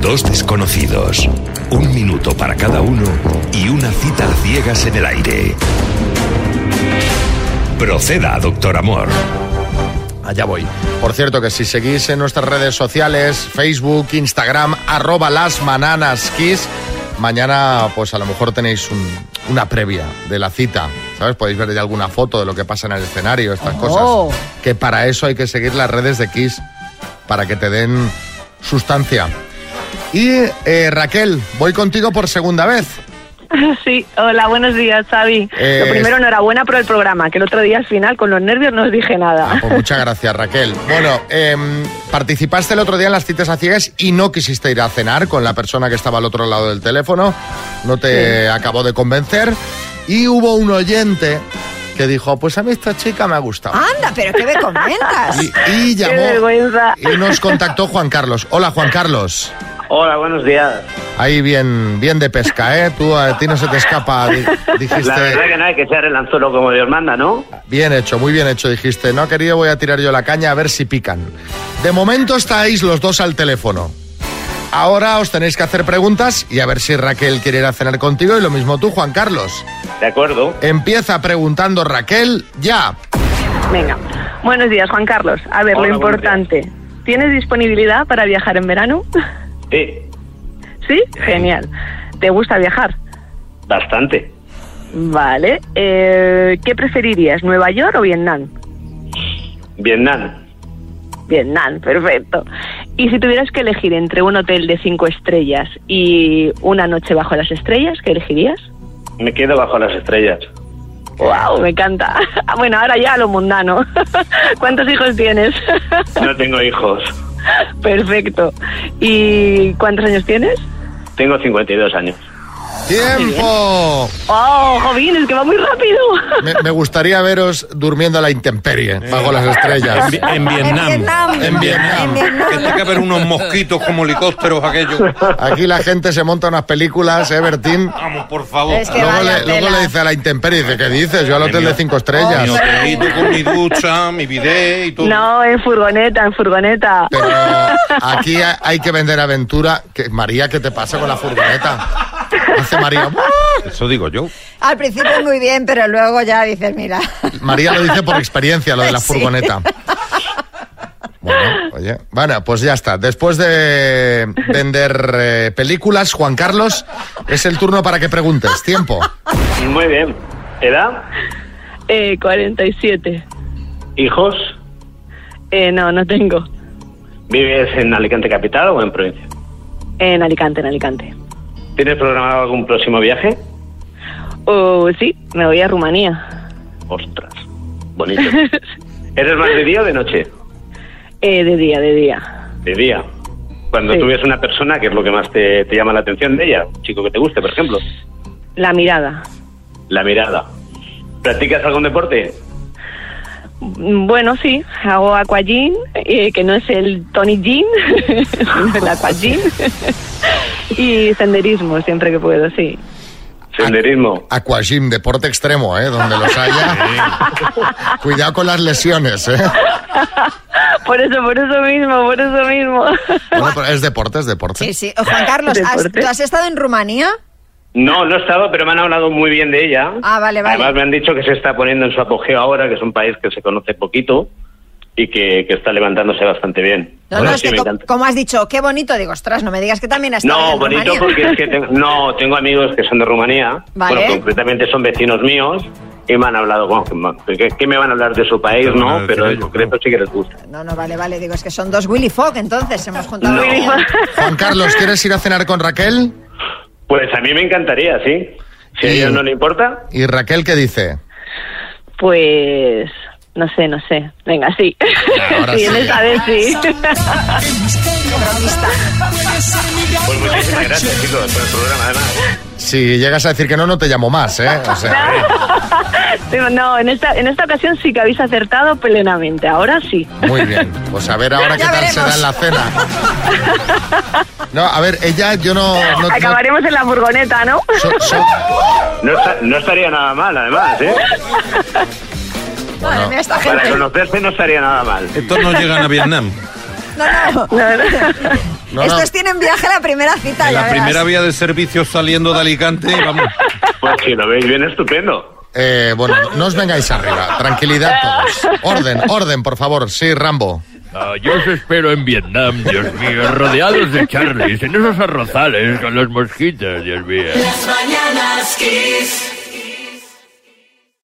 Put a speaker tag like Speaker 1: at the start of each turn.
Speaker 1: Dos desconocidos, un minuto para cada uno y una cita a ciegas en el aire. Proceda, doctor Amor.
Speaker 2: Allá voy. Por cierto, que si seguís en nuestras redes sociales, Facebook, Instagram, arroba las mananas kiss, mañana pues a lo mejor tenéis un- una previa de la cita. ¿Sabes? Podéis ver ya alguna foto de lo que pasa en el escenario, estas
Speaker 3: Oh.
Speaker 2: cosas. Que para eso hay que seguir las redes de Kiss, para que te den sustancia. Y eh, Raquel, voy contigo por segunda vez.
Speaker 4: Sí, hola, buenos días, Xavi.
Speaker 2: Eh,
Speaker 4: Lo primero, enhorabuena por el programa, que el otro día al final con los nervios no os dije nada.
Speaker 2: Pues muchas gracias, Raquel. Bueno, em, participaste el otro día en las citas a ciegas y no quisiste ir a cenar con la persona que estaba al otro lado del teléfono. No te acabó de convencer. Y hubo un oyente que dijo, pues a mí esta chica me ha gustado.
Speaker 5: Anda, pero ¿qué me comentas?
Speaker 2: Y, y llamó y nos contactó Juan Carlos. Hola, Juan Carlos.
Speaker 6: Hola, buenos días.
Speaker 2: Ahí bien, bien de pesca, ¿eh? Tú a ti no se te escapa. di- Dijiste,
Speaker 6: La verdad que no hay que echar el anzuelo como Dios manda, ¿no?
Speaker 2: Bien hecho, muy bien hecho, dijiste. No, querido, voy a tirar yo la caña a ver si pican. De momento estáis los dos al teléfono. Ahora os tenéis que hacer preguntas y a ver si Raquel quiere ir a cenar contigo y lo mismo tú, Juan Carlos.
Speaker 6: De acuerdo.
Speaker 2: Empieza preguntando Raquel ya.
Speaker 4: Venga, buenos días, Juan Carlos. A ver,
Speaker 2: Hola,
Speaker 4: lo
Speaker 2: buenos
Speaker 4: importante. ¿Tienes disponibilidad para viajar en verano?
Speaker 6: Sí,
Speaker 4: ¿Sí? Genial. ¿Te gusta viajar?
Speaker 6: bastante.
Speaker 4: Vale. Eh, ¿Qué preferirías, Nueva York o Vietnam?
Speaker 6: Vietnam.
Speaker 4: Vietnam, perfecto. Y si tuvieras que elegir entre un hotel de cinco estrellas y una noche bajo las estrellas, ¿qué elegirías?
Speaker 6: Me quedo bajo las estrellas.
Speaker 4: ¡Wow! Me encanta. Ah, Bueno, ahora ya a lo mundano. ¿Cuántos hijos tienes?
Speaker 6: No tengo hijos.
Speaker 4: Perfecto. ¿Y cuántos años tienes?
Speaker 6: Tengo 52 años.
Speaker 2: ¡Tiempo!
Speaker 4: ¡Oh, Jovín, es que va muy rápido!
Speaker 2: Me, me gustaría veros durmiendo a la intemperie, bajo las estrellas.
Speaker 7: En Vi- en Vietnam. En Vietnam.
Speaker 2: En Vietnam.
Speaker 7: En Vietnam. Que tiene que haber unos mosquitos como helicópteros aquellos.
Speaker 2: Aquí la gente se monta unas películas, ¿eh, Bertín?
Speaker 7: Vamos, por favor.
Speaker 2: luego, le, luego le dice a la intemperie, dice, ¿qué dices? Yo al hotel de cinco estrellas.
Speaker 7: Mi hotelito con mi ducha, mi bidet y todo.
Speaker 4: No, en furgoneta, en furgoneta.
Speaker 2: Aquí ha- hay que vender aventura. Que, María, ¿qué te pasa con la furgoneta? Hace María.
Speaker 7: Eso digo yo.
Speaker 5: Al principio muy bien, pero luego ya dices, mira.
Speaker 2: María lo dice por experiencia, lo de la
Speaker 5: Sí.
Speaker 2: furgoneta. Bueno, oye. Bueno, pues ya está. Después de vender eh, películas, Juan Carlos, es el turno para que preguntes. Tiempo.
Speaker 6: Muy bien. ¿Edad?
Speaker 4: Eh, 47.
Speaker 6: ¿Hijos?
Speaker 4: Eh, no, no tengo.
Speaker 6: ¿Vives en Alicante Capital o en provincia?
Speaker 4: En Alicante, en Alicante.
Speaker 6: ¿Tienes programado algún próximo viaje?
Speaker 4: Oh, sí, me voy a Rumanía.
Speaker 6: Ostras. Bonito. ¿Eres más de día o de noche?
Speaker 4: Eh, de día, de día.
Speaker 6: De día. Cuando
Speaker 4: Sí.
Speaker 6: tú ves una persona, ¿qué es lo que más te, te llama la atención de ella? Un chico que te guste, por ejemplo.
Speaker 4: La mirada.
Speaker 6: La mirada. ¿Practicas algún deporte?
Speaker 4: Mm, Bueno, sí, hago aquagym, eh, que no es el Tony Jean, el aquagym. y senderismo siempre que puedo, sí.
Speaker 6: Senderismo.
Speaker 2: Aquagym, deporte extremo, ¿eh? Donde los haya. Cuidado con las lesiones, ¿eh?
Speaker 4: Por eso, por eso mismo, por eso mismo.
Speaker 2: Bueno, pero es deporte, es deporte.
Speaker 5: Sí, sí. O, Juan Carlos, ¿has-
Speaker 6: Deporte.
Speaker 5: ¿tú has estado en Rumanía?
Speaker 6: No, no he estado, pero me han hablado muy bien de ella.
Speaker 5: Ah, vale, vale.
Speaker 6: Además, me han dicho que se está poniendo en su apogeo ahora, que es un país que se conoce poquito y que, que está levantándose bastante bien.
Speaker 5: No,
Speaker 6: Bueno,
Speaker 5: no, es
Speaker 6: sí,
Speaker 5: que
Speaker 6: me
Speaker 5: co-
Speaker 6: encanta.
Speaker 5: como has dicho, qué bonito. Digo, ostras, no me digas que también has estado
Speaker 6: No,
Speaker 5: en
Speaker 6: bonito
Speaker 5: Rumanía.
Speaker 6: porque es que tengo, no, tengo amigos que son de Rumanía,
Speaker 5: Vale.
Speaker 6: bueno, concretamente son vecinos míos y me han hablado, bueno, que, que- que me van a hablar de su país, ¿no? Pero en concreto sí que les gusta.
Speaker 5: No, no, vale, vale. Digo, es que son dos Willy Fogg, entonces hemos juntado.
Speaker 6: No.
Speaker 5: aquí.
Speaker 2: Juan Carlos, ¿quieres ir a cenar con Raquel?
Speaker 6: Pues a mí me encantaría, sí. Si a
Speaker 2: Y-
Speaker 6: ellos no le importa,
Speaker 2: ¿Y Raquel qué dice?
Speaker 4: Pues, no sé, no sé. Venga, sí.
Speaker 2: ahora
Speaker 4: sí,
Speaker 2: sí.
Speaker 4: en esta vez sí.
Speaker 6: pues muchísimas gracias, chicos, por el programa, además.
Speaker 2: Si llegas a decir que no, no te llamo más, ¿eh? O sea,
Speaker 4: Digo, no, en esta, en esta ocasión sí que habéis acertado plenamente, ahora sí.
Speaker 2: muy bien. Pues a ver ahora qué
Speaker 4: Ya
Speaker 2: tal se da
Speaker 4: veremos.
Speaker 2: en la cena. No, a ver, ella, yo no... no- no-
Speaker 4: Acabaremos en la furgoneta, ¿no?
Speaker 2: so- so-
Speaker 6: No, está- no estaría nada mal, además, ¿eh?
Speaker 5: Madre mía, esta
Speaker 6: Para
Speaker 5: gente.
Speaker 6: conocerse no estaría nada mal.
Speaker 7: Estos no llegan a Vietnam.
Speaker 5: No, no.
Speaker 4: No, no.
Speaker 2: No,
Speaker 5: Estos
Speaker 2: no.
Speaker 5: tienen viaje a la primera cita. ya
Speaker 7: En la
Speaker 5: verás.
Speaker 7: primera vía de servicio saliendo de Alicante, vamos.
Speaker 6: Pues si lo veis bien, estupendo.
Speaker 2: Eh, bueno, no- no os vengáis arriba. Tranquilidad todos. Orden, orden, por favor. Sí, Rambo.
Speaker 3: Ah, yo os espero en Vietnam, Dios mío, rodeados de Charlies, en esos arrozales con los mosquitos, Dios mío.
Speaker 8: Las mañanas kiss.